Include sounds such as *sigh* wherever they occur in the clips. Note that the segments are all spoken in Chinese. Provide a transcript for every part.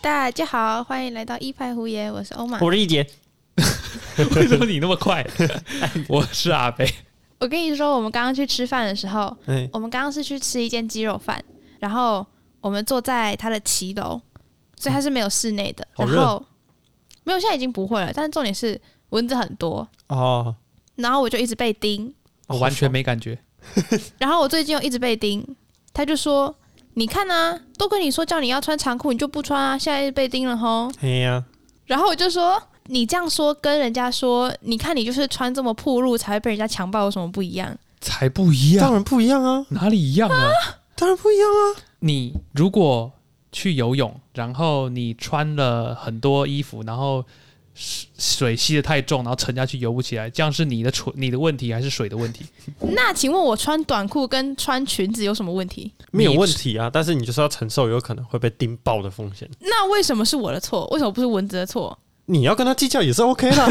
大家好，欢迎来到一派胡言，我是欧玛。我是一杰， *laughs* 为什么你那么 *laughs* 快？我是阿北，我跟你说，我们刚刚去吃饭的时候，哎，我们刚刚是去吃一间鸡肉饭，然后我们坐在它的骑楼，所以它是没有室内的。好然热后没有，现在已经不会了。但是重点是蚊子很多，哦，然后我就一直被叮，我完全没感觉。然后我最近又一直被叮，他就说：“你看啊，都跟你说叫你要穿长裤，你就不穿啊，现在被叮了吼。哦嘿呀，”然后我就说：“你这样说跟人家说，你看你就是穿这么暴露才会被人家强暴，有什么不一样？才不一当样，然不一样啊，哪里一样啊？当然不一样啊，你如果去游泳，然后你穿了很多衣服，然后水水吸的太重，然后沉下去游不起来，这样是你的错，你的问题还是水的问题？那请问我穿短裤跟穿裙子有什么问题？没有问题啊，但是你就是要承受有可能会被盯爆的风险，那为什么是我的错？为什么不是蚊子的错？你要跟他计较也是 OK *laughs* 啦。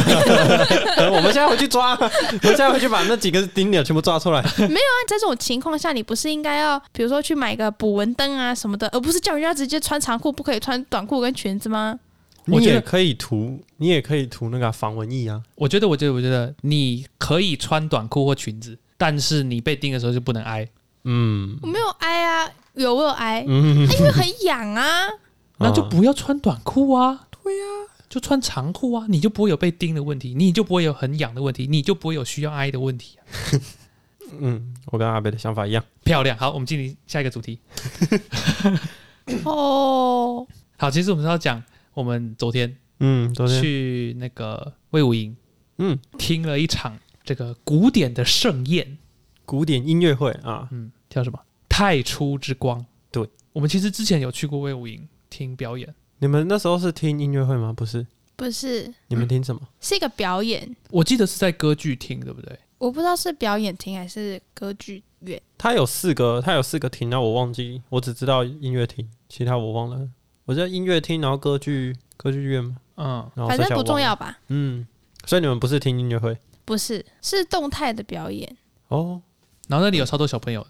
我们现在回去 *laughs* 抓，我们现在回去把那几个盯鸟全部抓出来。那在这种情况下，你不是应该要，比如说去买个捕蚊灯啊什么的，而不是叫人家直接穿长裤，不可以穿短裤跟裙子吗？我你觉得也可以涂，你也可以涂那个啊防蚊液啊。 *laughs* 我觉得，我觉得，我觉得你可以穿短裤或裙子，但是你被叮的时候就不能挨。嗯我没有挨啊，有我有挨，嗯，因为很痒啊。那就不要穿短裤啊。对呀、就穿长裤啊，你就不会有被叮的问题，你就不会有很痒的问题，你就不会有需要挨的问题啊、嗯，我跟阿北的想法一样。漂亮，好，我们进行下一个主题。哦，好，其实我们是要讲我们昨天嗯，昨天去那个魏武营，嗯，听了一场这个古典的盛宴，古典音乐会啊，嗯，叫什么？太初之光。对，我们其实之前有去过魏武营听表演，你们那时候是听音乐会吗？不是，不是，你们听什么？是一个表演，我记得是在歌剧厅，对不对？我不知道是表演厅还是歌剧院。它有四个，它有四个厅，那我忘记，我只知道音乐厅，其他我忘了。我知道音乐厅，然后歌剧歌剧院嘛，嗯，然后反剩正下我不忘重了。要吧？嗯，所以你们不是听音乐会不是，是动态的表演。哦？然后那里有超多小朋友的，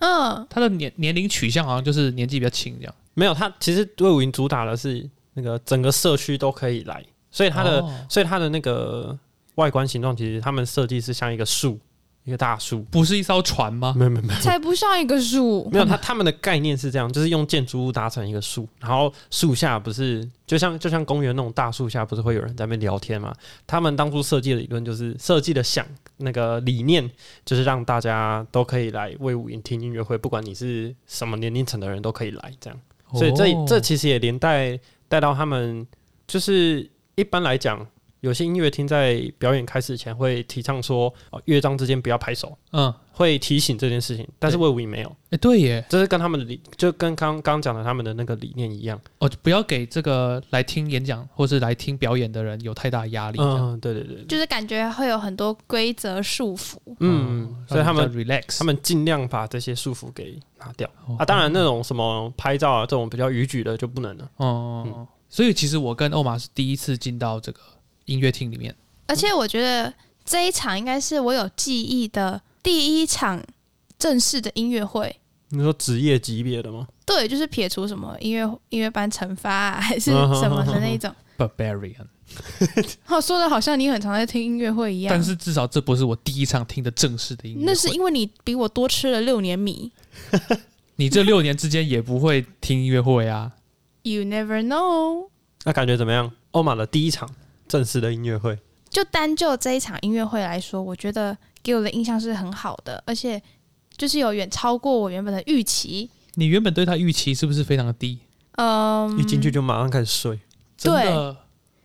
嗯，他的年年龄取向好像就是年纪比较轻这样。没有，它其实魏武营主打的是那个整个社区都可以来，所以它的、哦所以它的那个外观形状，其实他们设计是像一个树，一个大树。啊不是一艘船吗？没有没有没有才不像一个树。没有，他他们的概念是这样，就是用建筑物搭成一个树，然后树下不是就像就像公园那种大树下，不是会有人在那边聊天嘛？他们当初设计的理论就是设计的想那个理念，就是让大家都可以来魏武营听音乐会，不管你是什么年龄层的人都可以来这样。所以这、哦这其实也连带带到他们，就是一般来讲，有些音乐厅在表演开始前会提倡说，哦，乐章之间不要拍手，嗯，会提醒这件事情，但是对魏武营没有。哎，对耶，这是跟他们的理，就跟刚刚讲的他们的那个理念一样。哦，不要给这个来听演讲或是来听表演的人有太大压力。这样嗯，对对对，就是感觉会有很多规则束缚，嗯，所以他们 relax，他们尽量把这些束缚给拿掉哦啊。当然，那种什么拍照啊，这种比较逾矩的就不能了。哦、所以其实我跟欧玛是第一次进到这个音乐厅里面，而且我觉得这一场应该是我有记忆的第一场正式的音乐会。你说职业级别的吗？对，就是撇除什么音乐音乐班惩罚、啊、还是嗯什么的那一种。 Barbarian，哦，说的好像你很常在听音乐会一样。但是至少这不是我第一场听的正式的音乐会。那是因为你比我多吃了六年米。你这六年之间也不会听音乐会啊？ You never know。那感觉怎么样？欧玛的第一场正式的音乐会，就单就这一场音乐会来说，我觉得给我的印象是很好的，而且就是有远超过我原本的预期。你原本对他预期是不是非常的低？嗯，一进去就马上开始睡，真对的，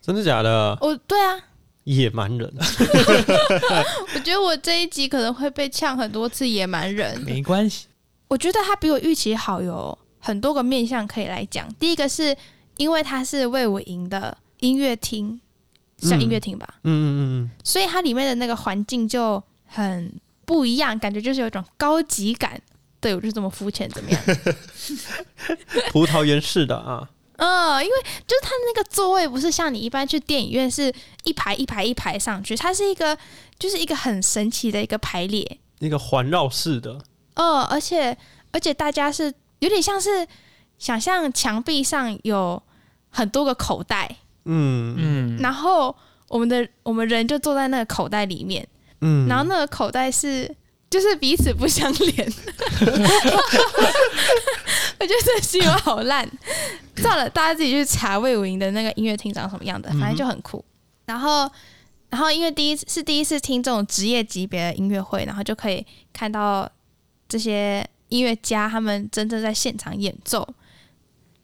真的假的？我对啊，野蛮人，我觉得我这一集可能会被呛很多次野蛮人。没关系。我觉得他比我预期好，有很多个面向可以来讲。第一个是因为它是魏武营的音乐厅，像音乐厅吧，嗯 *laughs* 嗯嗯所以它里面的那个环境就很不一样，感觉就是有一种高级感。对，我就是这么肤浅，怎么样？ *laughs* 嗯，葡萄园式的啊，嗯，因为就是它那个座位不是像你一般去电影院是一排一排一排上去，它是一个就是一个很神奇的一个排列。那个环绕式的，嗯，而且而且大家是有点像是想象墙壁上有很多个口袋，嗯嗯，然后我们的我们人就坐在那个口袋里面，嗯，然后那个口袋是就是彼此不相连。 *laughs* 我觉得这新闻好烂，算了，大家自己去查魏武营的那个音乐厅长什么样的，反正就很酷。然后，然后因为第一次是第一次听这种职业级别的音乐会，然后就可以看到这些音乐家他们真正在现场演奏。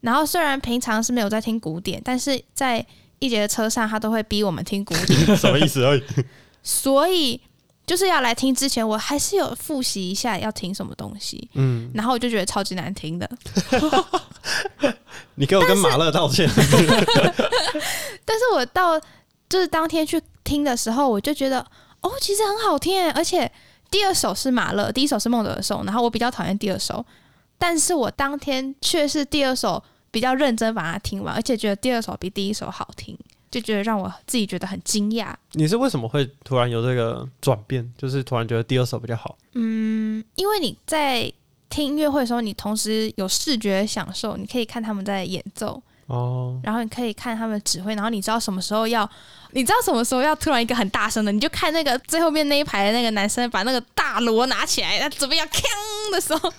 然后虽然平常是没有在听古典，但是在一节的车上，他都会逼我们听古典。 *laughs* 什么意思而哎已？所以就是要来听之前，我还是有复习一下要听什么东西，嗯，然后我就觉得超级难听的。你给我跟马勒道歉。但是我到就是当天去听的时候，我就觉得哦，其实很好听耶，而且第二首是马勒，第一首是孟德尔颂，然后我比较讨厌第二首，但是我当天却是第二首比较认真把它听完，而且觉得第二首比第一首好听，就觉得让我自己觉得很惊讶。你是为什么会突然有这个转变？就是突然觉得第二首比较好？嗯，因为你在听音乐会的时候，你同时有视觉享受，你可以看他们在演奏，哦，然后你可以看他们指挥，然后你知道什么时候要，你知道什么时候要突然一个很大声的，你就看那个最后面那一排的那个男生把那个大锣拿起来，他准备要锵的时 *laughs* 候，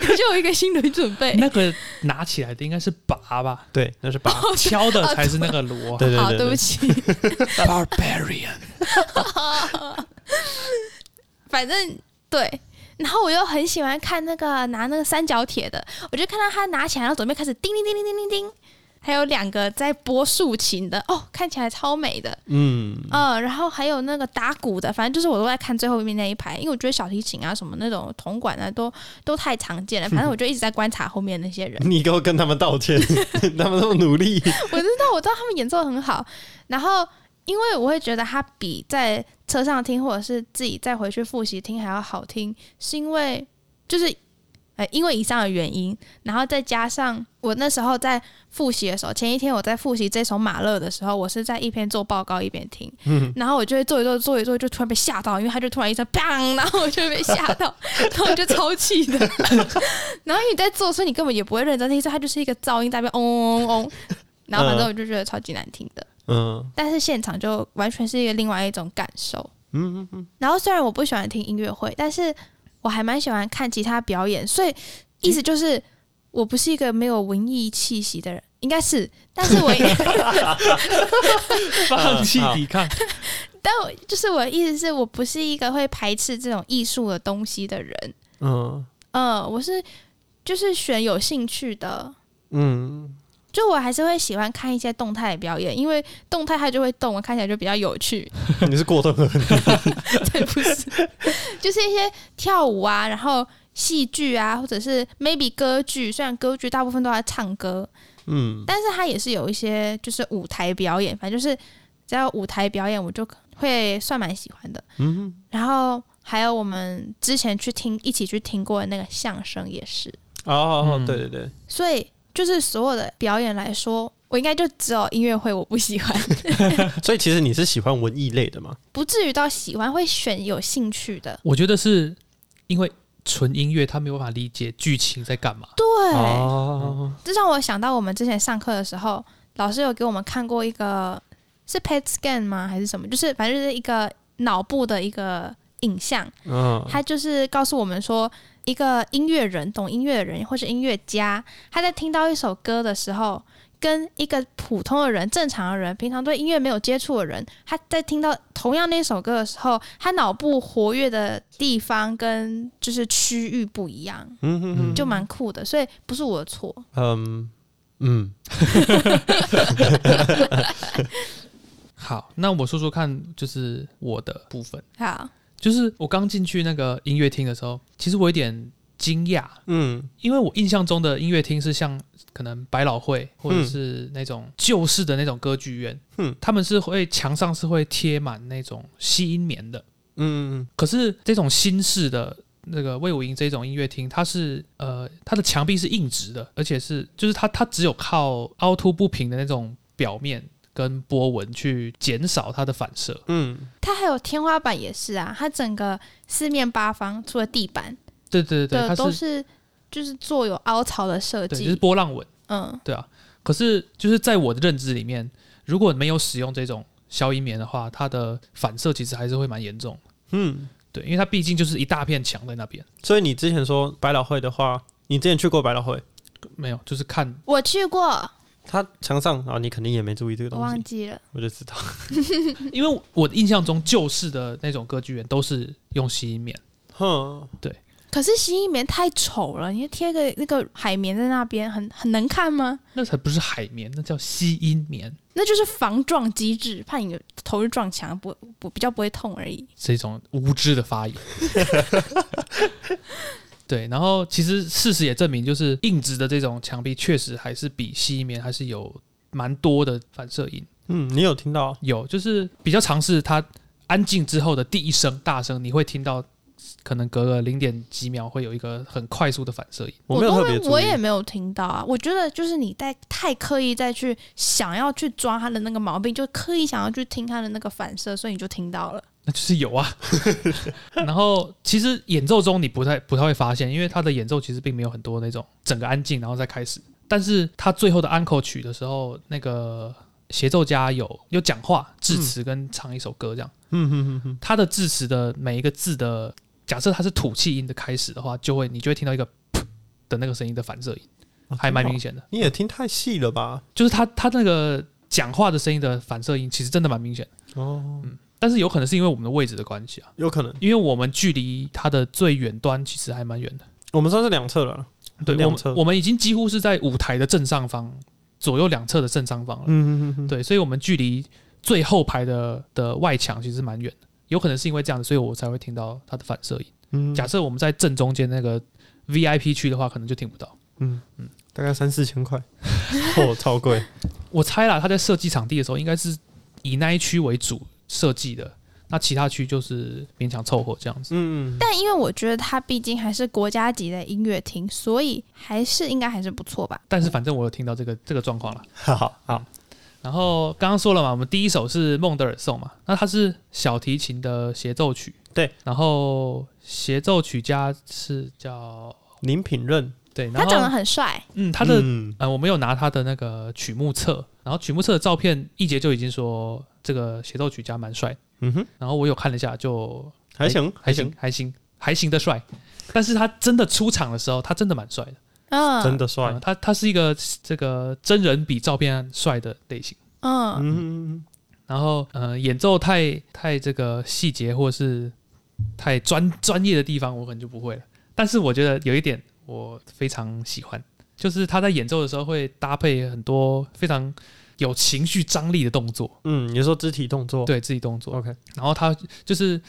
你就有一个心理准备。那个拿起来的应该是拔 *laughs* 吧，对，那是八。敲的才是那个锣。对对好，对对不对，起， *laughs* Barbarian，反正对。然后我又很喜欢看那个拿那个三角铁的，我就看到他拿起来，然后准备开始叮叮叮叮叮叮叮，还有两个在拨竖琴的，哦，看起来超美的，嗯嗯，然后还有那个打鼓的，反正就是我都在看最后面那一排，因为我觉得小提琴啊什么那种铜管啊都都太常见了，反正我就一直在观察后面那些 *laughs* 人，你给我跟他们道歉， *laughs* 他们那么努力。我知道，我知道他们演奏得很好。然后，因为我会觉得它比在车上听或者是自己再回去复习听还要好听，是因为就是呃，因为以上的原因，然后再加上我那时候在复习的时候，前一天我在复习这首马勒的时候，我是在一边做报告一边听，然后我就会做一做做一做，就突然被吓到，因为他就突然一声砰，然后我就被吓到，然后我就超气的。 *laughs* 然后因为你在做，所以你根本也不会认真听，所以它就是一个噪音在那边嗡嗡嗡嗡。然后反正我就觉得超级难听的，嗯但是现场就完全是一个另外一种感受。嗯嗯嗯，然后虽然我不喜欢听音乐会，但是我还蛮喜欢看其他表演，所以意思就是我不是一个没有文艺气息的人，应该是，但是我 *laughs* 放弃嗯好抵抗。但我 *laughs* 就是我的意思是我不是一个会排斥这种艺术的东西的人，嗯嗯，我是就是选有兴趣的，嗯，就我还是会喜欢看一些动态的表演，因为动态它就会动，看起来就比较有趣。你是过动儿。 *laughs* 对，不是，就是一些跳舞啊，然后戏剧啊，或者是 maybe 歌剧。虽然歌剧大部分都在唱歌， *laughs* 嗯但是它也是有一些就是舞台表演，反正就是只要舞台表演，我就会算蛮喜欢的。嗯，然后还有我们之前去听一起去听过的那个相声也是，哦，嗯对对对，所以就是所有的表演来说，我应该就只有音乐会我不喜欢。所以其实你是喜欢文艺类的嘛？不至于到喜欢，会选有兴趣的。我觉得是因为纯音乐，他没有办法理解剧情在干嘛。对，哦，这让我想到我们之前上课的时候，老师有给我们看过一个是 PET scan 吗？还是什么？就是反正就是一个脑部的一个影像，嗯它就是告诉我们说，一个音乐人、懂音乐的人或是音乐家，他在听到一首歌的时候。跟一个普通的人、正常的人、平常对音乐没有接触的人，他在听到同样那首歌的时候，他脑部活跃的地方跟就是区域不一样。嗯嗯嗯就蛮酷的，所以不是我的错。嗯嗯，好，那我说说看，就是我的部分，好，就是我刚进去那个音乐厅的时候，其实我有点惊讶，嗯因为我印象中的音乐厅是像可能百老汇或者是那种旧式的那种歌剧院，嗯他们是会墙上是会贴满那种吸音棉的，嗯可是这种新式的那个魏武营这种音乐厅，它是呃它的墙壁是硬直的，而且是就是它它只有靠凹凸不平的那种表面跟波纹去减少它的反射。嗯它还有天花板也是啊，它整个四面八方除了地板对对对，的它都是是就是做有凹槽的设对就是计，波浪纹，嗯，对啊。可是就是在我的认知里面，如果没有使用这种消音棉的话，它的反射其实还是会蛮严重的。嗯，对，因为它毕竟就是一大片墙在那边，所以你之前说百老汇的话，你之前去过百老汇，没有，就是看我去过，它墙上啊，你肯定也没注意这个我东忘西，记了。我就知道。因为我的印象中旧式的那种歌剧院都是用吸音棉，哼，可是吸音棉太丑了，你贴个那个海绵在那边，很很能看吗？那才不是海绵，那叫吸音棉，那就是防撞机制，怕你头就撞墙，不不比较不会痛而已。是一种无知的发言。 *laughs* 对，然后其实事实也证明，就是硬质的这种墙壁确实还是比吸音棉还是有蛮多的反射音，嗯，你有听到？有就是比较尝试它安静之后的第一声大声，你会听到。可能隔个零点几秒会有一个很快速的反射音，没都有特没别有注意，我也没有听到啊。我觉得就是你在太刻意再去想要去抓他的那个毛病，就刻意想要去听他的那个反射，所以你就听到了。那就是有啊。 *laughs* 然后其实演奏中你不太不太会发现，因为他的演奏其实并没有很多那种整个安静然后再开始，但是他最后的安 n 曲的时候，那个协奏家有有讲话、致辞跟唱一首歌这样。嗯哼哼哼，他的致辞的每一个字的，假设它是吐气音的开始的话，就会你就会听到一个噗 *laughs* 的那个声音的反射音，啊还蛮真的明哦显的。你也听太细了吧？就是他他那个讲话的声音的反射音，其实真的蛮明显的。嗯哦，但是有可能是因为我们的位置的关系啊。有可能，因为我们距离它的最远端其实还蛮远的，我们算是两侧了。对，我嗯两们侧我们已经几乎是在舞台的正上方，左右两侧的正上方了，嗯嗯嗯，对，所以我们距离最后排的的外墙其实蛮远的，有可能是因为这样子，所以我才会听到它的反射音。嗯假设我们在正中间那个 VIP 区的话，可能就听不到。嗯嗯，大概三四千块， *laughs* 哦，超贵。我猜啦，他在设计场地的时候，应该是以那一区为主设计的，那其他区就是勉强凑合这样子。嗯，但因为我觉得它毕竟还是国家级的音乐厅，所以还是应该还是不错吧。但是反正我有听到这个这个状况了。好好好，然后刚刚说了嘛，我们第一首是孟德尔颂嘛，那它是小提琴的协奏曲，对，然后协奏曲家是叫林品任，对，然他长得后很帅，嗯，他的、嗯呃，我们有拿他的那个曲目册，然后曲目册的照片，一杰就已经说这个协奏曲家蛮帅，嗯哼，然后我有看了一下，就还行还行，还行还行的帅，但是他真的出场的时候，他真的蛮帅的，嗯，真的帅嗯。他他是一个这个真人比照片帅的类型。嗯，嗯，然后呃，演奏太太这个细节或是太专专业的地方，我可能就不会了。但是我觉得有一点我非常喜欢，就是他在演奏的时候会搭配很多非常有情绪张力的动作，嗯，你说肢体动作，对自己动作。 ，OK，然后他就是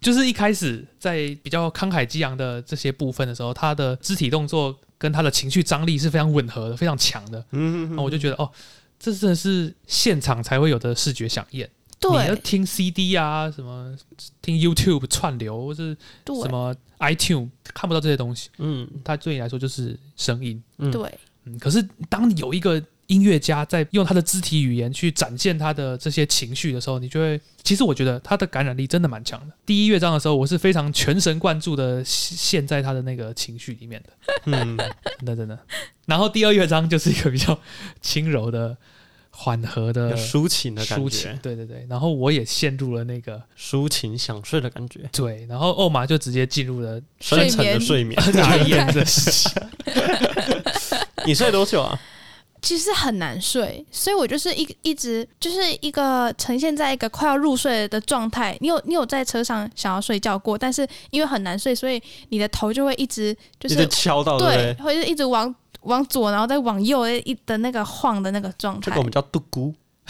就是一开始在比较慷慨激昂的这些部分的时候，他的肢体动作跟他的情绪张力是非常吻合的，非常强的。嗯那我就觉得哦，这真的是现场才会有的视觉响应。你要对听 CD 啊，什么听 YouTube 串流，或是什对么 iTune，看不到这些东西，嗯它对你来说就是声音。嗯，对，嗯，可是当你有一个音乐家在用他的肢体语言去展现他的这些情绪的时候，你就会，其实我觉得他的感染力真的蛮强的。第一乐章的时候，我是非常全神贯注的陷在他的那个情绪里面的。 *laughs* *laughs* 嗯，真的真的。然后第二乐章就是一个比较轻柔的、缓和的有呃抒情的感抒情觉，，对对对。然后我也陷入了那个抒情想睡的感觉，对，然后欧玛就直接进入了深沉的睡睡 *laughs* 眠。大雁 *laughs* 的世界你睡多久啊？其实很难睡，所以我就是一一直就是一个呈现在一个快要入睡的状态。你有你有在车上想要睡觉过，但是因为很难睡，所以你的头就会一直就一是直敲到，对不对对？，会一直往往左，然后再往右一的那个晃的那个状这态个我。们叫杜姑， *laughs*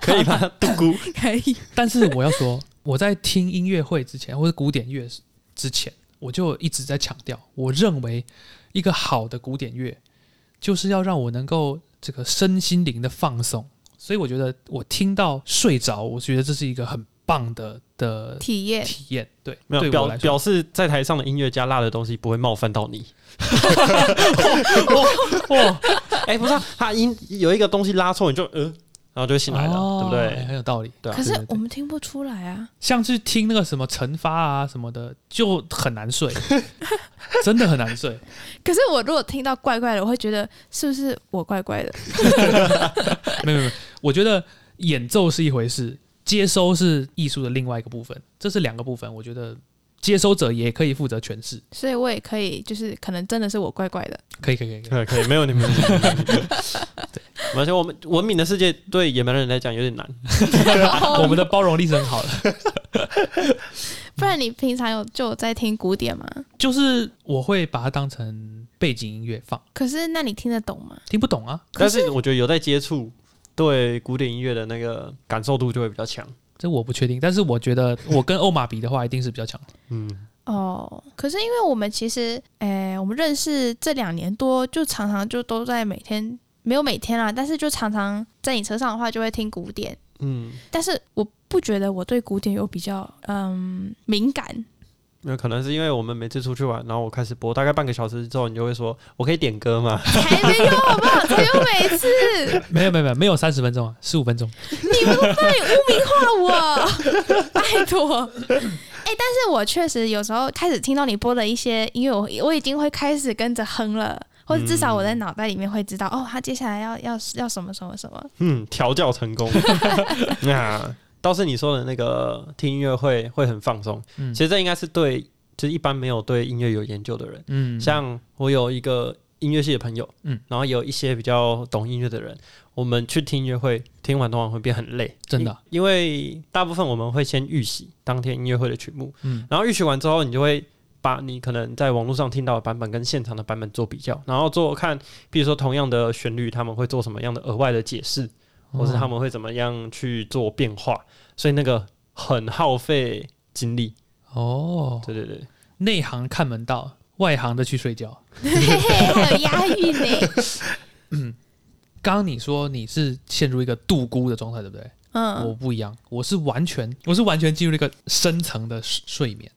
可以吧？杜姑， *laughs* 可以，但是我要说，我在听音乐会之前，或者古典乐之前，我就一直在强调，我认为一个好的古典乐就是要让我能够这个身心灵的放松。所以我觉得我听到睡着，我觉得这是一个很棒的的体验体验。对，没有对表我来说，表示在台上的音乐家辣的东西不会冒犯到你。 *laughs* 哇， *laughs* 哎，不是啊，他音有一个东西拉错，你就呃，然后就会醒来了，哦对不对？很有道理。对啊可对是对对我们听不出来啊。像是听那个什么惩罚啊什么的，就很难睡。真的很难睡。可是我如果听到怪怪的，我会觉得是不是我怪怪的？没有没有，没有我觉得演奏是一回事，接收是艺术的另外一个部分，这是两个部分。我觉得接收者也可以负责诠释，所以我也可以，就是可能真的是我怪怪的。可以可以可以可以。可以可以，没有你们。而且我们文明的世界对野蛮人来讲有点难，我们的包容力是很好的，不然你平常有就有在听古典吗？就是我会把它当成背景音乐放，可是那你听得懂吗？听不懂啊，但是我觉得有在接触，对古典音乐的那个感受度就会比较强。这我不确定。但是我觉得我跟欧玛比的话，一定是比较强的。嗯，哦，可是因为我们其实，诶、我们认识这两年多，就常常就都在每天没有每天啦，但是就常常在你车上的话，就会听古典。嗯，但是我不觉得我对古典有比较嗯敏 *laughs* 感，那可能是因为我们每次出去玩，然后我开始播大概半个小时之后，你就会说：“我可以点歌吗还没有好不好？只有每次 *laughs* 没有没有没有没有三十分钟啊，十五分钟。你们都在污名化我， *laughs* 拜托。哎、但是我确实有时候开始听到你播的一些音乐，我我已经会开始跟着哼了，或者至少我在脑袋里面会知道，嗯哦，他接下来要要要什么什么什 *laughs* 么。？”嗯，调教成功。那倒是你说的那个听音乐会会很放松，嗯其实这应该是对，就是一般没有对音乐有研究的人，嗯，像我有一个音乐系的朋友，嗯嗯，然后有一些比较懂音乐的人，我们去听音乐会，听完通常会变很累，真的啊因，因为大部分我们会先预习当天音乐会的曲目，嗯嗯，然后预习完之后，你就会。把你可能在网络上听到的版本跟现场的版本做比较，然后做看，比如说同样的旋律，他们会做什么样的额外的解释，哦或是他们会怎么样去做变化，所以那个很耗费精力。哦，对对对，内行看门道，外行的去睡觉。嘿嘿，还有押韵呢。刚刚你说你是陷入一个度孤的状态，对不对？我嗯，不一样，我是完全，我是完全进入了一个深层的睡睡眠，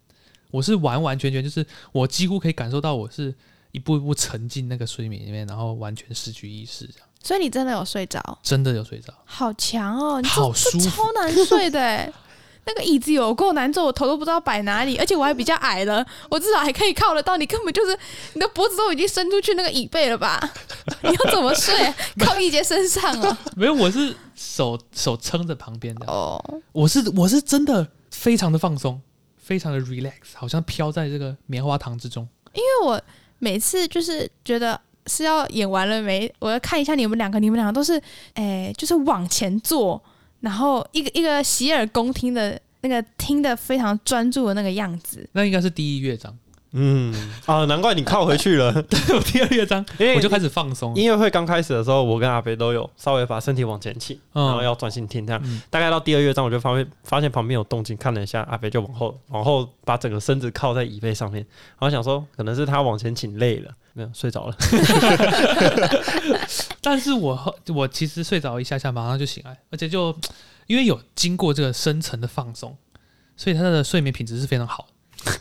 我是完完全全就是我几乎可以感受到我是一步一步沉进那个睡眠里面，然后完全失去意识，这样所以你真的有睡着，真的有睡着，好强哦！你这好这舒服超难睡的欸。那个椅子有够难坐，我头都不知道摆哪里，而且我还比较矮了，我至少还可以靠得到你，根本就是你的脖子都已经伸出去那个椅背了吧？你要怎么睡？靠一节身上哦。没有，我是手手撑着旁边的，哦，我是我是真的非常的放松，非常的 relax，好像飘在这个棉花糖之中。因为我每次就是觉得是要演完了没，我要看一下你们两个，你们两个都是，哎、就是往前坐，然后一个一个洗耳恭听的那个听的非常专注的那个样子。那应该是第一乐章，嗯啊，难怪你靠回去了，我 *laughs* 第二乐章因为我就开始放松了。音乐会刚开始的时候，我跟阿飞都有稍微把身体往前倾，嗯然后要专心听这样。嗯大概到第二乐章，我就发现发现旁边有动静，看了一下，阿飞就往后往后把整个身子靠在椅背上面，然后想说可能是他往前倾累了，没有睡着了。 *laughs* 但是我后我其实睡着一下下，马上就醒来，而且就因为有经过这个深层的放松，所以他的睡眠品质是非常好的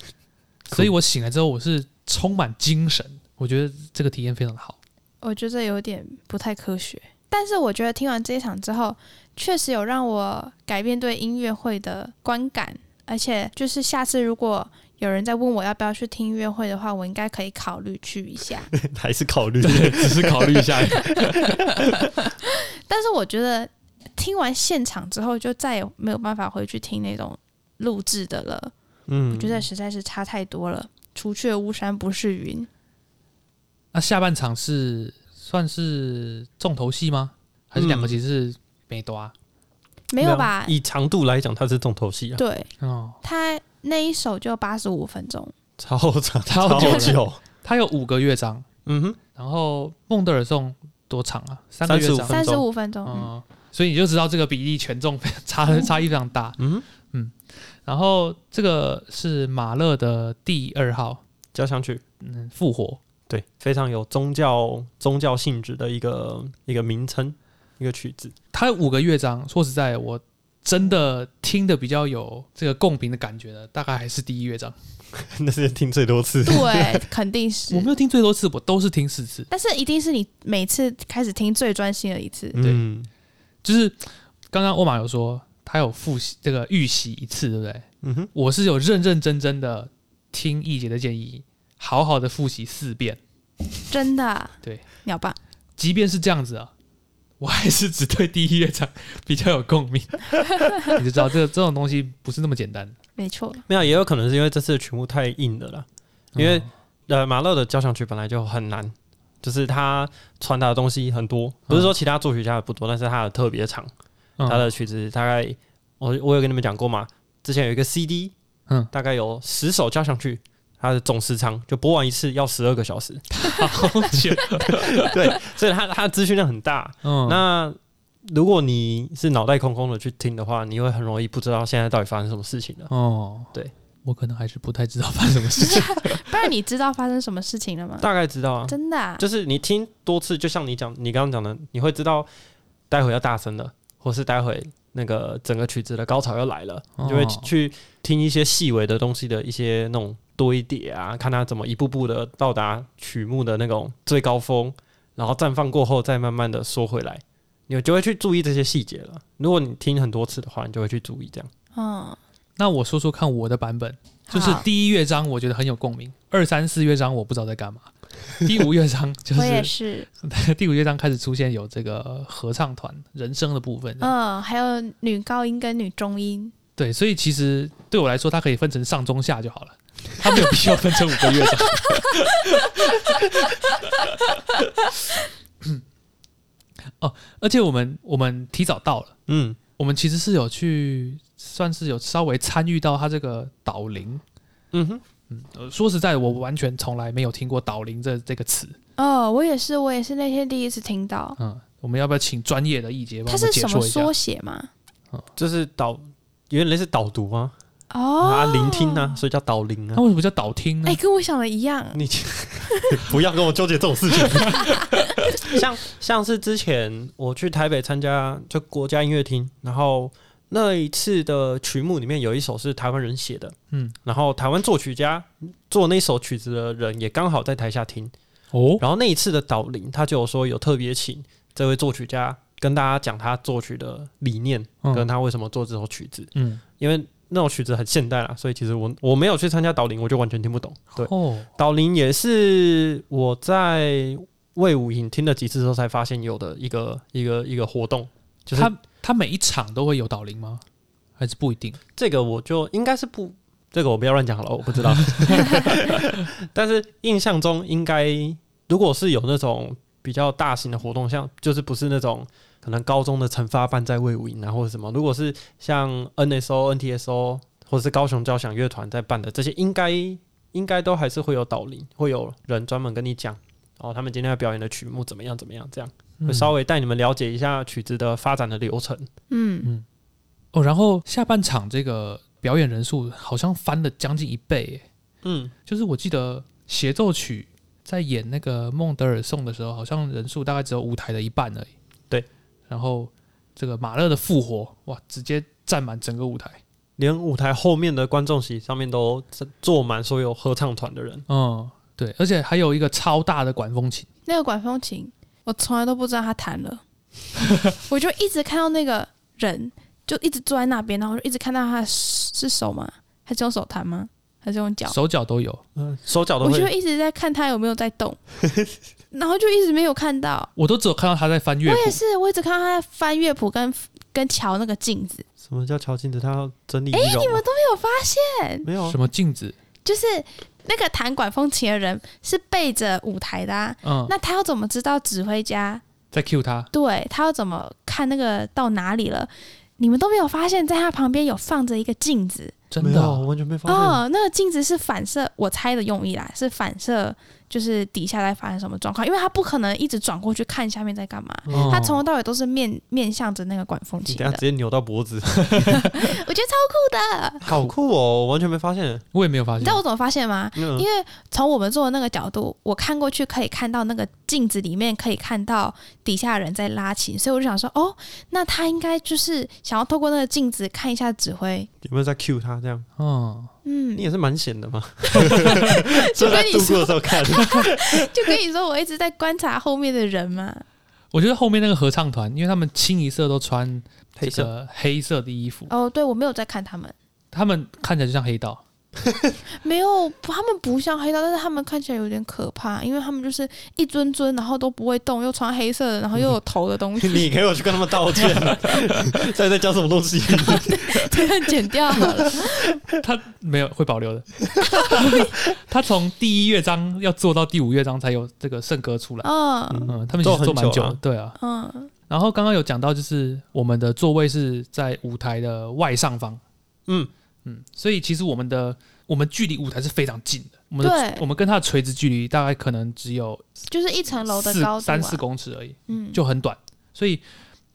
所以我醒来之后，我是充满精神，我觉得这个体验非常好。我觉得有点不太科学。但是我觉得听完这一场之后，确实有让我改变对音乐会的观感，而且就是下次如果有人在问我要不要去听音乐会的话，我应该可以考虑去一 *laughs* 下。还是考虑，只是考虑一下，但是我觉得听完现场之后，就再也没有办法回去听那种录制的了。嗯我觉得实在是差太多了，除却巫山不是云。 *laughs* 那下半场是算是重头戏吗？还是两个其实是没多啊？没有吧？以长度来讲，它是重头戏啊，对哦，他那一首就八十五分钟，超长，超久久久。它有五个乐章，嗯哼，然后孟德尔颂多长啊？三个乐35章，三分十钟五分钟。嗯嗯，所以你就知道这个比例权重差差异非 *laughs* 常大。嗯嗯，然后这个是马勒的第二号，交响曲。嗯，复活。对，非常有宗教宗教性质的一个一个名称，一个曲子。 *laughs* 它五个乐章，说实在，我真的听的比较有这个共鸣的感觉的，大概还是第一乐章。那是听最 *laughs* 多次，对，肯定是我。没有听最多次，我都是听四次。但是一定是你每次开始听最专心的一次，嗯，就是刚刚欧马有说他有复习这个预习一次，对不对？嗯哼，我是有认认真真的听易杰的建议，好好的复习四遍。真的啊对，鸟爸，即便是这样子啊，我还是只对第一乐章比较有共鸣。 *laughs* 你就知道这个这种东西不是那么简单。没 *laughs* 错，没有，也有可能是因为这次的曲目太硬了啦。嗯因为呃，马勒的交响曲本来就很难，就是他传达的东西很多，不是说其他作曲家的不多，但是他的特别长，嗯他的曲子大概我我有跟你们讲过嘛，之前有一个 CD，嗯大概有十首交响曲。它的总时长就播完一次要十二个小时，好久，对，所以它它的资讯量很大。 *laughs* 嗯，那如果你是脑袋空空的去听的话，你会很容易不知道现在到底发生什么事情了。哦，对，我可能还是不太知道发生什么事 *laughs* 情。不然你知道发生什么事情了吗？大概知道啊，真的啊，就是你听多次，就像你讲，你刚刚讲的，你会知道待会要大声了，或是待会那个整个曲子的高潮要来了，哦你就会去听一些细微的东西的一些那种堆叠啊，看它怎么一步步的到达曲目的那种最高峰，然后绽放过后再慢慢的缩回来，你就会去注意这些细节了。如果你听很多次的话，你就会去注意这样。嗯，那我说说看我的版本，就是好第一乐章我觉得很有共鸣，二三四乐章我不知道在干 *laughs* 嘛，第五乐章就我也是是， *laughs* 第五乐章开始出现有这个合唱团人声的部啊分，嗯，还有女高音跟女中音，对，所以其实对我来说，它可以分成上中下就好了，它没有必要分成五个乐章。 *laughs* 哦，而且我们我们提早到了，嗯，我们其实是有去，算是有稍微参与到它这个导铃。嗯哼，呃说实在，我完全从来没有听过导铃这这个词。哦，我也是，我也是那天第一次听到，嗯，我们要不要请专业的艺杰帮它嗯我是们解什么说一下缩？写吗？就是导，有点类似导读啊，哦啊，，聆听啊，所以叫导聆啊那。为什么叫导听呢哎、？跟我想的一样，你 *laughs* 不要跟我纠结这种事情。像像是之前我去台北参加就国家音乐厅，然后那一次的曲目里面有一首是台湾人写的，嗯，然后台湾作曲家做那首曲子的人也刚好在台下听，哦，然后那一次的导聆他就有说有特别请这位作曲家跟大家讲他作曲的理念，跟嗯他为什么做这首曲子，嗯，因为那首曲子很现代啦，所以其实我我没有去参加导聆，我就完全听不懂，对。哦，导林也是我在魏武营听了几次之后才发现有的一个一个一个活动，就是他他每一场都会有导铃吗？还是不一定？这个我就应该是不，这个我不要乱讲好了，我不知道。 *laughs* 但是印象中应该，如果是有那种比较大型的活动，像就是不是那种可能高中的惩罚办在魏武营啊或者什么，如果是像 NSO、NTSO 或者是高雄交响乐团在办的这些，应该应该都还是会有导聆，会有人专门跟你讲。哦，他们今天要表演的曲目怎么样？怎么样？这样会稍微带你们了解一下曲子的发展的流程。嗯，哦，然后下半场这个表演人数好像翻了将近一倍耶，嗯，就是我记得协奏曲在演那个孟德尔颂的时候，好像人数大概只有舞台的一半而已。对，然后这个马勒的复活，哇，直接占满整个舞台。连舞台后面的观众席上面都坐满所有合唱团的人。嗯，对，而且还有一个超大的管风琴，那个管风琴，我从来都不知道他弹了， *laughs* 我就一直看到那个人就一直坐在那边，然后我就一直看到他的是手吗？还是用手弹吗？还是用脚？手脚都有。嗯，手脚都我就会。一直在看他有没有在 *laughs* 动，然后就一直没有看到。我都只有看到他在翻乐谱我也，是，我一直看到他在翻乐谱跟跟瞧那个镜子，什么叫乔镜子？他要整理仪容吗。没有发现，没有啊什？么镜子，就是那个弹管风琴的人是背着舞台的、啊，嗯，那他要怎么知道指挥家？在 cue 他，对他要怎么看那个到哪里了？你们都没有发现，在他旁边有放着一个镜子真没的有啊、啊，我完全没发现。哦，那个镜子是反射，我猜的用意啦，是反射，就是底下在发生什么状况，因为他不可能一直转过去看下面在干嘛，哦他从头到尾都是面面向着那个管风你琴等的下，直接扭到脖子，我觉得超酷的。好酷哦！我完全没发现。我也没有发你现知道。我怎么发现吗？嗯因，为从我们坐的那个角度，我看过去可以看到那个镜子里面可以看到底下人在拉琴，所以我就想说，哦，那他应该就是想要透过那个镜子看一下指挥。有没有在 cue 他这样？嗯，嗯你，也是蛮闲的嘛。就所以在跟你度过说，的时候看。 *laughs* 就跟你说，我一直在观察后面的人 *laughs* 嘛。我觉得后面那个合唱团，因为他们清一色都穿黑这色个黑色的衣服，哦，对，我没有在看他们。 *laughs* 他们看起来就像黑道。没有，他们不像黑道，但是他们看起来有点可怕，因为他们就是一尊尊，然后都不会动，又穿黑色的，然后又有头的 *laughs* 东西，你给我去跟他们道歉，在在讲什么东西？这样剪掉好 *laughs* 了。他没有会保留的。 *laughs* 他从第一乐章要做到第五乐章才有这个圣歌出来。嗯嗯，他们其实做很做蛮久久啊的，对啊。嗯然后刚刚有讲到，就是我们的座位是在舞台的外上方，嗯，嗯，所以其实我们的我们距离舞台是非常近的，我们的对我们跟它的垂直距离大概可能只有就是一层楼的四高度、啊，三四公尺而已，嗯，就很短，所以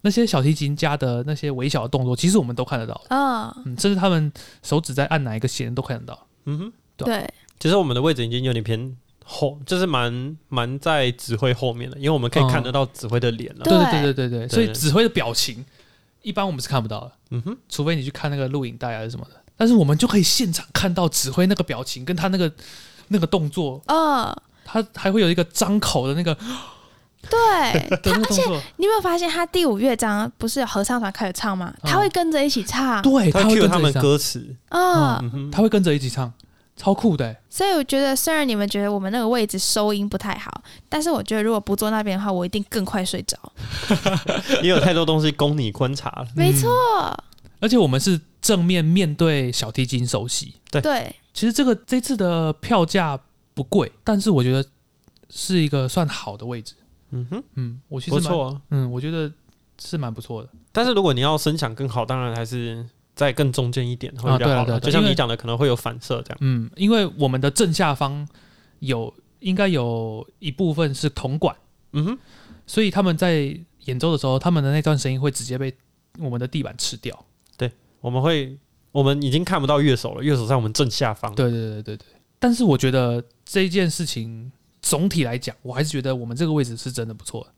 那些小提琴家的那些微小的动作，其实我们都看得到，嗯，嗯，甚至他们手指在按哪一个弦都看得到，嗯哼，对，其实我们的位置已经有点偏后，就是蛮蛮在指挥后面了，因为我们可以看得到指挥的脸了。对对对对对对，所以对指挥的表情一般我们是看不到的，嗯哼，除非你去看那个录影带啊还是什么的，但是我们就可以现场看到指挥那个表情跟他那个那个动作，嗯，他还会有一个张口的 *laughs* 那个对。的那个动作，你有没有发现他第五乐章不是有合唱团开始唱吗？嗯他会跟着一起唱，对，他会 cue 跟他着一们起唱，歌词，嗯，嗯哼，他会跟着一起唱，超酷的欸、所以我觉得，虽然你们觉得我们那个位置收音不太好，但是我觉得如果不坐那边的话，我一定更快睡着。 *laughs* 也有太多东西供你观察了。没错，而且我们是正面面对小提琴首席。对，其实这个这次的票价不贵，但是我觉得是一个算好的位置。嗯哼，嗯，我其实不蛮，错啊。嗯，我觉得是蛮不错的。但是如果你要声响更好，当然还是再更中间一点会比较好啊对啦。啊对啊就像你讲的，可能会有反射这样。嗯，因为我们的正下方有应该有一部分是铜管，嗯哼，所以他们在演奏的时候，他们的那段声音会直接被我们的地板吃掉。我们会，我们已经看不到乐手了，乐手在我们正下方。对对对对对。但是我觉得这件事情总体来讲，我还是觉得我们这个位置是真的不错的。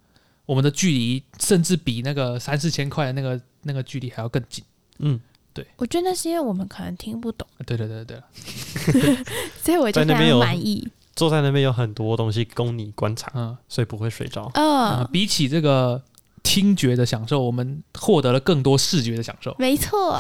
我们的距离甚至比那个三四千块的那个那个距离还要更近。嗯，我觉得那是因为我们可能听不懂，啊对对对对所以我就非在那边常有满意。坐在那边有很多东西供你观察，嗯、所以不会睡着。啊嗯，比起这个听觉的享受，我们获得了更多视觉的享受。没错，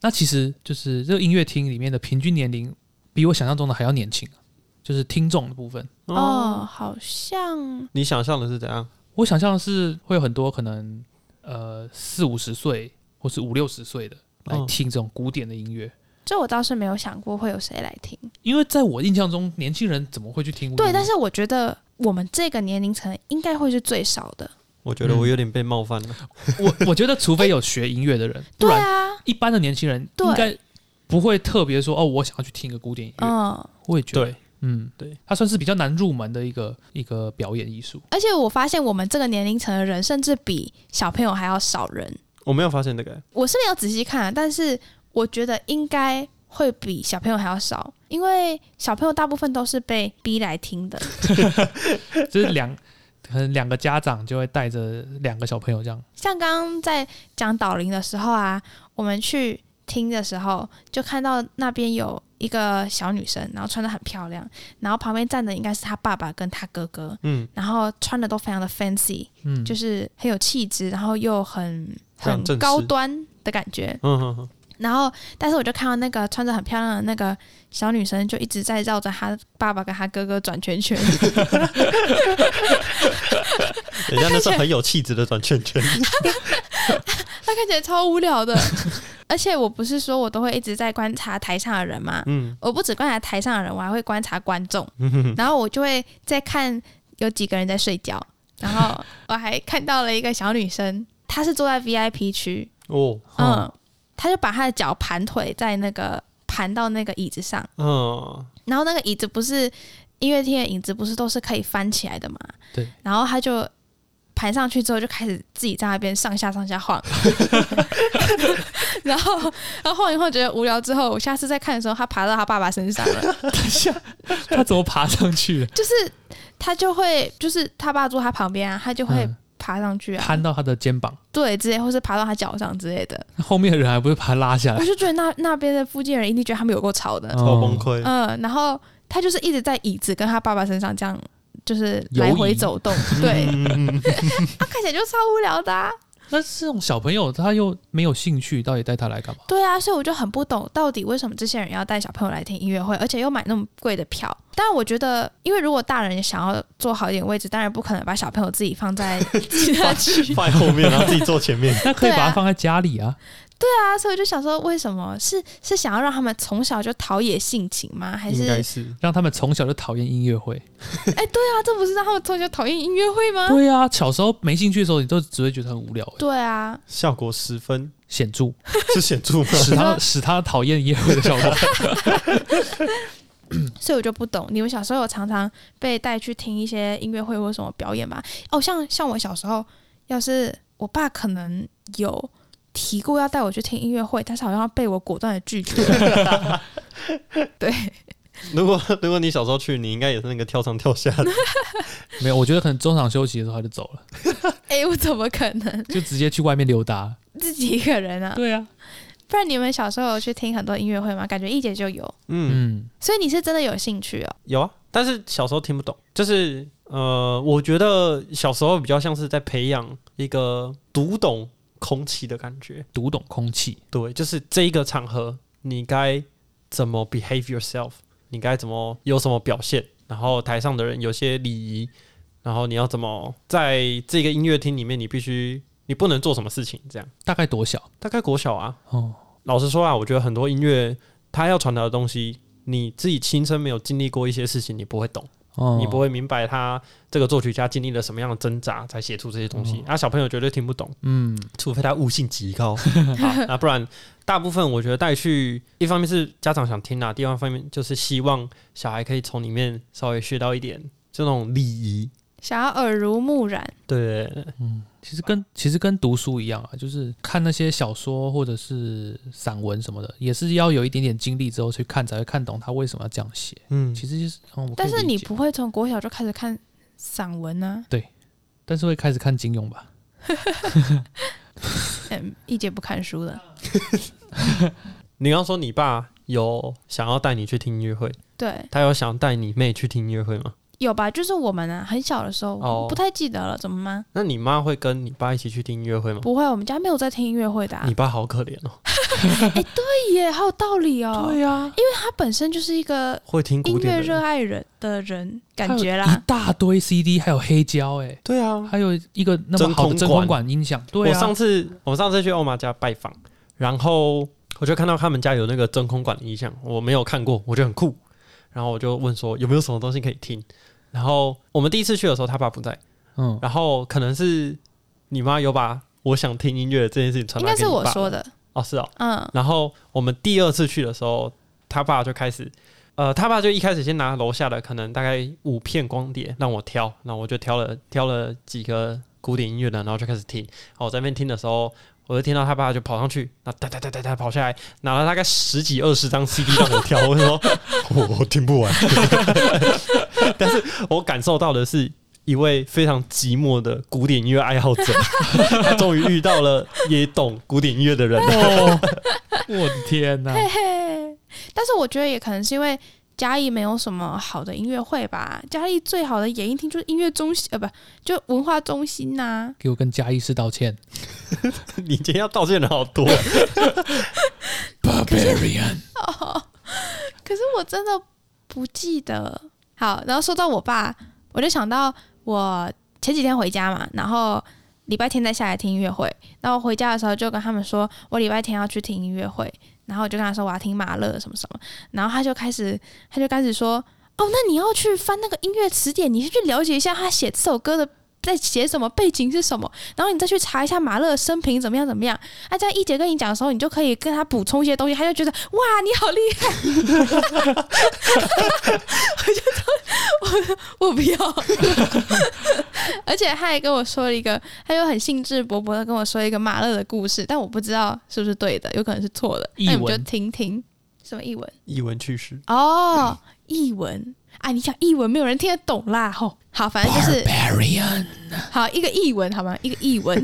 那其实就是这个音乐厅里面的平均年龄比我想象中的还要年轻，啊就是听众的部分。哦，好像你想象的是怎样？我想象是会有很多可能呃四五十岁或是五六十岁的来嗯听这种古典的音乐，这我倒是没有想过会有谁来听。因为在我印象中，年轻人怎么会去听古典对，音乐？但是我觉得我们这个年龄层应该会是最少的。我觉得嗯我有点被冒犯了。 *laughs* 我我觉得，除非有学音乐的人，不对然啊，一般的年轻人对应该不会特别说哦，我想要去听一个古典音乐。嗯，我也觉得，对，嗯，对，它算是比较难入门的一个一个表演艺 *laughs* 术。而且我发现我们这个年龄层的人，甚至比小朋友还要少人。我没有发现这个。我是没有仔细看、啊，但是我觉得应该会比小朋友还要少，因为小朋友大部分都是被逼来听 *laughs* 的。就是两可能两个家长就会带着两个小朋友 *laughs* 这样，像刚刚在讲导聆的时候啊，我们去听的时候，啊就看到那边有一个小女生，然后穿的很漂亮，然后旁边站的应该是她爸爸跟她哥哥，嗯，然后穿的都非常的 fancy，嗯，就是很有气质，然后又很非常很正式高端的感觉。嗯哼哼，然后，但是我就看到那个穿着很漂亮的那个小女生，就一直在绕着她爸爸跟她哥哥转 *laughs* 圈圈。人家那是很有气质的转圈圈。她看起来超无聊的。而且我不是说我都会一直在观察台上的人嘛，嗯我不只观察台上的人，我还会观察观 *laughs* 众，嗯哼哼，然后我就会在看有几个人在睡觉，然后我还看到了一个小女生，她是坐在 VIP 区，哦，嗯，她就把她的脚盘腿在那个盘到那个椅子上，嗯，然后那个椅子不是音乐厅的椅子，不是都是可以翻起来的嘛？对。然后他就盘上去之后，就开始自己在那边上下上下晃，然后然后晃一晃觉得无聊之后，我下次再看的时候，他爬到他爸爸身上 *laughs* 了，等一下，他怎么爬上去的？就是他就会就是他爸坐他旁边啊，他就会嗯爬上去啊，攀到他的肩膀，对，之类或是爬到他脚上之类的。后面的人还不是把他拉下我来？就觉得那那边的附近人一定觉得他们有够吵的，超崩溃。嗯，然后他就是一直在椅子跟他爸爸身上这样，就是游来回 *laughs* 移走动，对，嗯，他看起来就超无聊的、啊。 *laughs* 那这种小朋友他又没有兴趣，到底带他来 *laughs* 干嘛？对啊，所以我就很不懂，到底为什么这些人要带小朋友来听音乐会，而且又买那么贵的票。但我觉得，因为如果大人也想要坐好一点位置，当然不可能把小朋友自己放在其 *laughs* 他区。放在后面，然后自己坐前面。 *laughs* 那可对以啊把他放在家里啊。对啊，所以我就想说，为什么是是想要让他们从小就陶冶性情吗？还是应该是让他们从小就讨厌音乐会。哎、对啊，这不是让他们从小讨厌音乐会吗？对啊，小时候没兴趣的时候，你都只会觉得很无聊、欸对啊，效果十分，显著 *laughs* 是啊显著吗？使他使他讨厌音乐会的效果。所以我就不懂，你们小时候有常常被带去听一些音乐会或什么表演吗？哦，像像我小时候，要是我爸可能有提过要带我去听音乐会，但是好像被我果断的拒绝了。对，如果 *laughs* 如果你小时候去，你应该也是那个跳上跳下的，没有，我觉得可能中场休息的时候他就走了，哎、我怎么可能就直接去外面溜达。自己一个人啊？对啊，不然你们小时候有去听很多音乐会吗？感觉一姐就有，嗯，嗯，所以你是真的有兴趣哦。 *laughs* 有啊，但是小时候听不懂，就是呃，我觉得小时候比较像是在培养一个读懂空气的感觉，读懂空气，对，就是这一个场合你该怎么 behave yourself，你该怎么有什么表现，然后台上的人有些礼仪，然后你要怎么在这个音乐厅里面，你必须你不能做什么事情，这样大概多小？大概国小啊，哦，老实说啊，我觉得很多音乐它要传达的东西，你自己亲身没有经历过一些事情，你不会懂，哦你不会明白他这个作曲家经历了什么样的挣扎才写出这些东西。啊，小朋友绝对听不懂，嗯，除非他悟性极高啊，那不然大部分我觉得带去，一方面是家长想听啊，第二方面就是希望小孩可以从里面稍微学到一点这种礼仪。想要耳濡目染，对对，对其实跟其实跟读书一样啊，就是看那些小说或者是散文什么的，也是要有一点点经历之后去看才会看懂他为什么要这样写。嗯，其实就是，哦、我可以但是理你解不会从国小就开始看散文啊呢、但是会开始看金庸吧？嗯，一姐不看书的，你刚说你爸有想要带你去听音乐会，对。他有想带你妹去听音乐会吗？有吧？就是我们啊，很小的时候，哦我不太记得了，怎么吗？那你妈会跟你爸一起去听音乐会吗？不会，我们家没有在听音乐会的、啊你。爸好可怜哦，对耶，好有道理哦。对呀、啊，他本身就是一个会听音古典乐的热人。爱人的人，感觉还有一啦。大堆 CD，还有黑胶、欸，哎，对啊，还有一个那么好的真真空管空管音响，对我啊上，次我上次去欧玛家拜访，然后我就看到他们家有那个真空管的音响，我没有看过，我觉得很酷。然后我就问说有没有什么东西可以听。然后我们第一次去的时候，他爸不在，嗯，然后可能是你妈有把我想听音乐这件事情传应达该给是你爸我说的，哦，是哦，嗯，然后我们第二次去的时候，他爸就开始，呃，他爸就一开始先拿楼下的可能大概五片光碟让我挑，那我就挑了挑了几个古典音乐的，然后就开始听。然后我在那边听的时候，我就听到他爸就跑上去，那哒哒哒哒哒跑下来，拿了大概十几二十张 CD 让我挑，我就说 *laughs* 我我听不完， *laughs* 但是我感受到的是。一位非常寂寞的古典音乐爱好者，他终于遇到了也懂古典音乐的人了。 *laughs* 哦，我的 *laughs* 天哪、嘿嘿。但是我觉得也可能是因为嘉义没有什么好的音乐会吧。嘉义最好的演艺厅就是音乐中心，呃，不，就文化中心呐、给我跟嘉义市道 *laughs* 歉你今天要道歉的好多， ，Barbarian，哦，可是我真的不记得。好，然后说到我爸，我就想到我前几天回家嘛，然后礼拜天再下来听音乐会。然后回家的时候就跟他们说，我礼拜天要去听音乐会，然后我就跟他说我要听马勒什么什么，然后他就开始他就开始说，哦，那你要去翻那个音乐词典，你先去了解一下他写这首歌的。在写什么背景是什么，然后你再去查一下马勒的生平怎么样怎么样。啊，这样一姐跟你讲的时候，你就可以跟他补充一些东西，他就觉得哇，你好厉害！我就说，我我不要。而且他还跟我说了一个，他又很兴致勃勃的跟我说一个马勒的故事，但我不知道是不是对的，有可能是错的。译那你们文就听听什么译文译文去世，哦，译文。啊，你讲译文，没有人听得懂啦，吼。好，反正就是，Barbarian，好一个译文好吗？一个译文，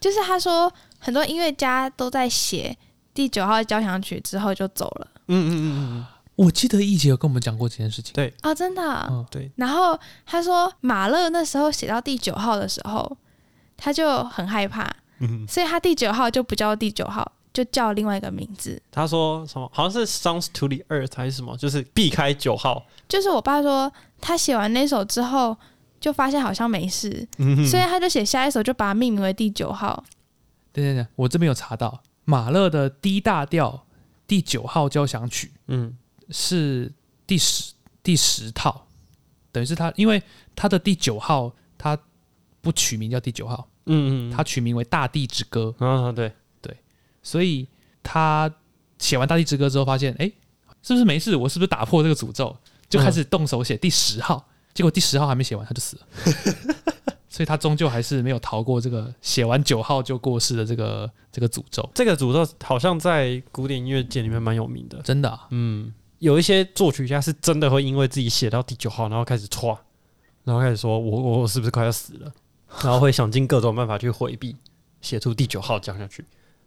就是他说很多音乐家都在写第九号交响曲之后就走了嗯嗯嗯我记得一姐有跟我们讲过这件事情，对哦，真的啊、嗯，对，然后他说马勒那时候写到第九号的时候，他就很害怕，嗯，所以它第九号就不叫第九号，就叫另外一个名字。他说什么？好像是 Sounds to the Earth 还是什么？就是避开九号。就是我爸说，他写完那首之后，就发现好像没事，嗯哼所以他就写下一首，就把它命名为第九号。等等等，我这边有查到马勒的 D 大调第九号交响曲嗯是第十第十套，等于是他，因为他的第九号他不取名叫第九号，嗯嗯，他取名为《大地之歌》，啊对，所以他写完《大地之歌》之后，发现哎、诶是不是没事？我是不是打破这个诅咒？就开始动手写第十号，结果第十号还没写完他就死了， *laughs* 所以他终究还是没有逃过这个写完九号就过世的这个这个诅咒，这个诅咒好像在古典音乐界里面蛮有名的。真的、啊。嗯，有一些作曲家是真的会因为自己写到第九号，然后开始歘，然后开始说我我我是不是快要死了，然后会想尽各种办法去回避，写出第九号讲下去，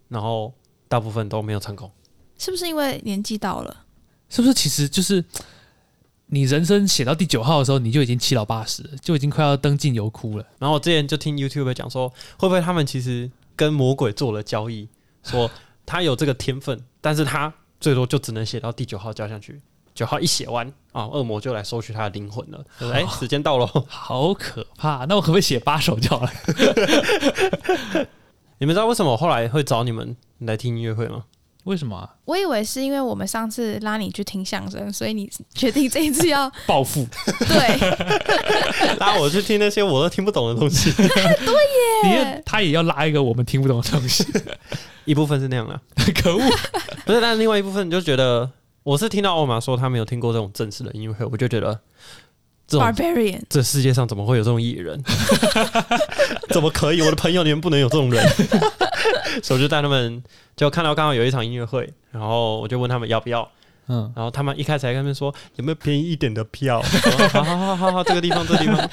然后大部分都没有成功。是不是因为年纪到了？是不是其实就是你人生写到第九号的时候，你就已经七老八十了，就已经快要登进油窟了？然后我之前就听 YouTube 讲说，会不会他们其实跟魔鬼做了交易，说他有这个天分，但是他最多就只能写到第九号交响曲，九号一写完啊，恶魔就来收取他的灵魂 *laughs* 了。就说哎、时间到了。好可怕！那我可不可以写八啊首就好了？你们知道为什么我后来会找你们来听音乐会吗？ *laughs* 为什么啊、我以为是因为我们上次拉你去听相声，所以你决定这一次 *laughs* 要暴富？对，拉啊我去听那些我都听不懂的东西，你也他也要拉一个我们听不懂的东 *laughs* 西， *laughs* 一部分是那样啦，可恶！不是，但是另外一部分就觉得，我是听到欧玛说他没有听过这种正式的音乐会，我就觉得这种 Barbarian。这世界上怎么会有这种艺人？怎么可以？我的朋友里面不能有这种人，所以我就带他们，就看到刚好有一场音乐会，然后我就问他们要不要，嗯，然后他们一开始还跟他们说有没有便宜一点的票，我说好好好好好，这个地方这个地方，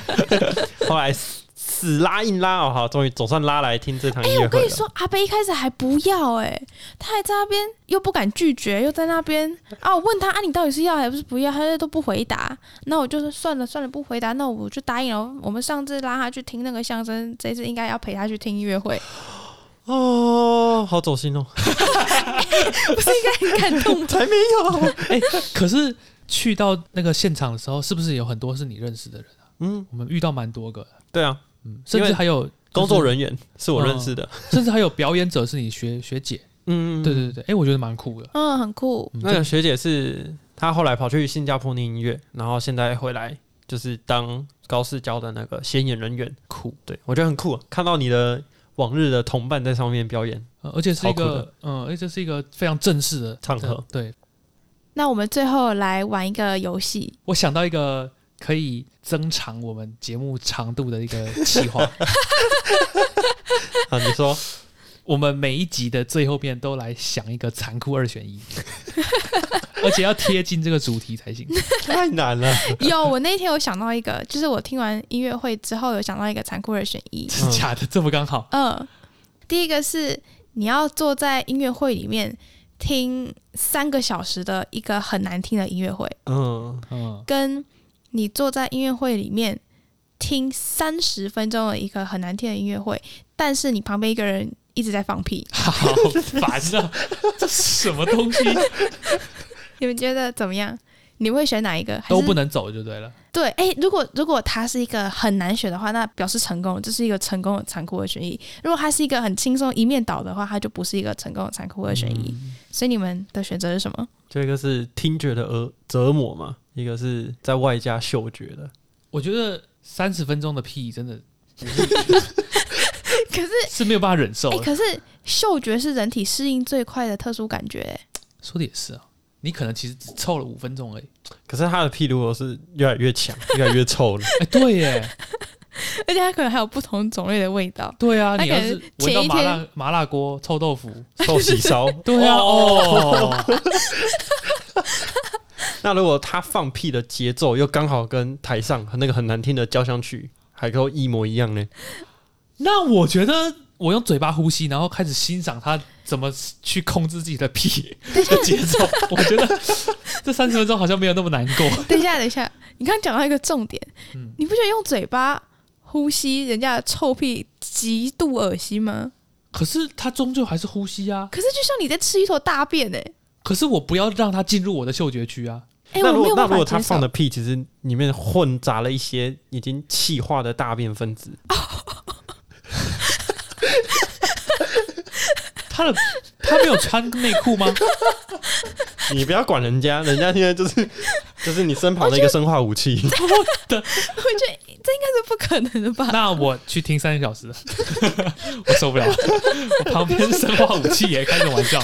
后来死死拉硬拉哦，好，终于总算拉来听这场音乐我跟会你了。说，阿贝一开始还不要哎、他还在那边又不敢拒绝，又在那边啊，我问他啊，你到底是要还是不要，他都不回答。那我就说算了算了，不回答，那我就答应了。我们上次拉他去听那个相声，这次应该要陪他去听音乐会，哦，好走心哦，不是应该很感动吗？才没有，哎、可是去到那个现场的时候，是不是有很多是你认识的人啊？嗯，我们遇到蛮多个的，对啊，嗯，甚因至为还有、工作人。人员是我认识的，甚至还有表演者是你学学姐，嗯，对对对，哎、我觉得蛮酷的。 *laughs* 嗯，很酷。嗯那个学姐是她后来跑去新加坡念音乐，然后现在回来就是当高市交的那个显演人员，酷。对我觉得很酷、啊，看到你的往日的同伴在上面 *laughs* 表演，呃而且是一超酷个的，嗯，而且这是一个非常正式的场合。对，那我们最后来玩一个游 *laughs* 戏，我想到一个可以增长我们节目长度的一个计划，啊，你说我们每一集的最后面都来想一个残酷二选一，而且要贴近这个主题才行。太难 *laughs* 了，有我那天有想到一个，就是我听完音乐会之后有想到一个残酷二选一，真假的这么刚好？嗯，第一个是你要坐在音乐会里面听三个小时的一个很难听的音乐会，嗯，嗯，跟你坐在音乐会里面听三十分钟的一个很难听的音乐会，但是你旁边一个人一直在放屁，好烦啊！这是什么东西你们觉得怎么样？你会选哪一个？还是都不能走就对了。对，哎、如果如果它是一个很难选的话，那表示成功了，这是一个成功的残酷二选一。如果它是一个很轻松一面倒的话，它就不是一个成功的残酷二选一。所以你们的选择是什么？就一个是听觉的折折磨嘛，一个是在外加嗅觉的，我觉得三十分钟的屁真的可是是没有办法忍受哎、的。可是嗅觉是人体适应最快的特殊感觉、欸，说的也是啊，你可能其实只凑了五分钟而已。 *laughs* 可是他的屁如果是越来越强，越来越臭了，哎、对耶， *laughs* 而且它可能还有不同种类的味道。对啊，他你要可能是闻到前一麻天辣麻辣锅、臭豆腐，臭洗烧。 *laughs* 对啊，哦， *laughs* 那如果他放屁的节奏又刚好跟台上那个很难听的交响曲还够一模一样呢？那我觉得我用嘴巴呼吸，然后开始欣赏他怎么去控制自己的屁 *laughs* 的节奏，我觉得这三十分钟好像没有那么难过。等一下，等一下，你刚刚讲到一个重点，嗯你不觉得用嘴巴呼吸人家的臭屁极度恶心吗？可是它终究还是呼吸啊。可是就像你在吃一坨大便哎、可是我不要让它进入我的嗅觉区啊。哎、那我没如果有那办如法果他接受放。的屁，其实里面混杂了一些已经气化的大 *laughs* 便分子，它的它没有穿内裤吗？你不要管人家，人家现在就是 *laughs* 就是你身旁的一个生化武器。我觉得这应该是不可能的 *laughs* 吧？那我去听三个小时， *laughs* 我受不了。我旁边生化武器也开什么玩笑？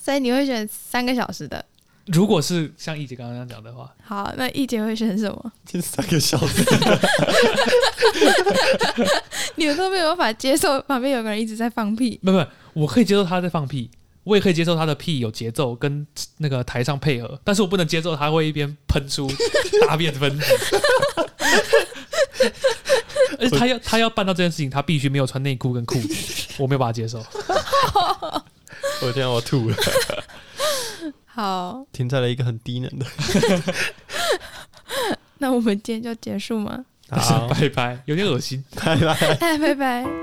所以你会选三个小时的。如果是像一姐刚刚那样讲的话，好，那一姐会选什么？这 *laughs* 三个小时， *laughs* 你们都没有办法接受旁边有个人一直在放屁，没有没有，我可以接受他在放屁，我也可以接受他的屁有节奏跟那个台上配合，但是我不能接受他会一边喷出大便分子。而且他要他要办到这件事情，他必须没有穿内裤跟裤子，我没有办法接受。我天啊，我吐了， *laughs* 好，停在了一个很低能的。那我们今天就结束吗？ *laughs* *laughs* *laughs* 拜拜，有点恶心。拜拜。哎，拜拜。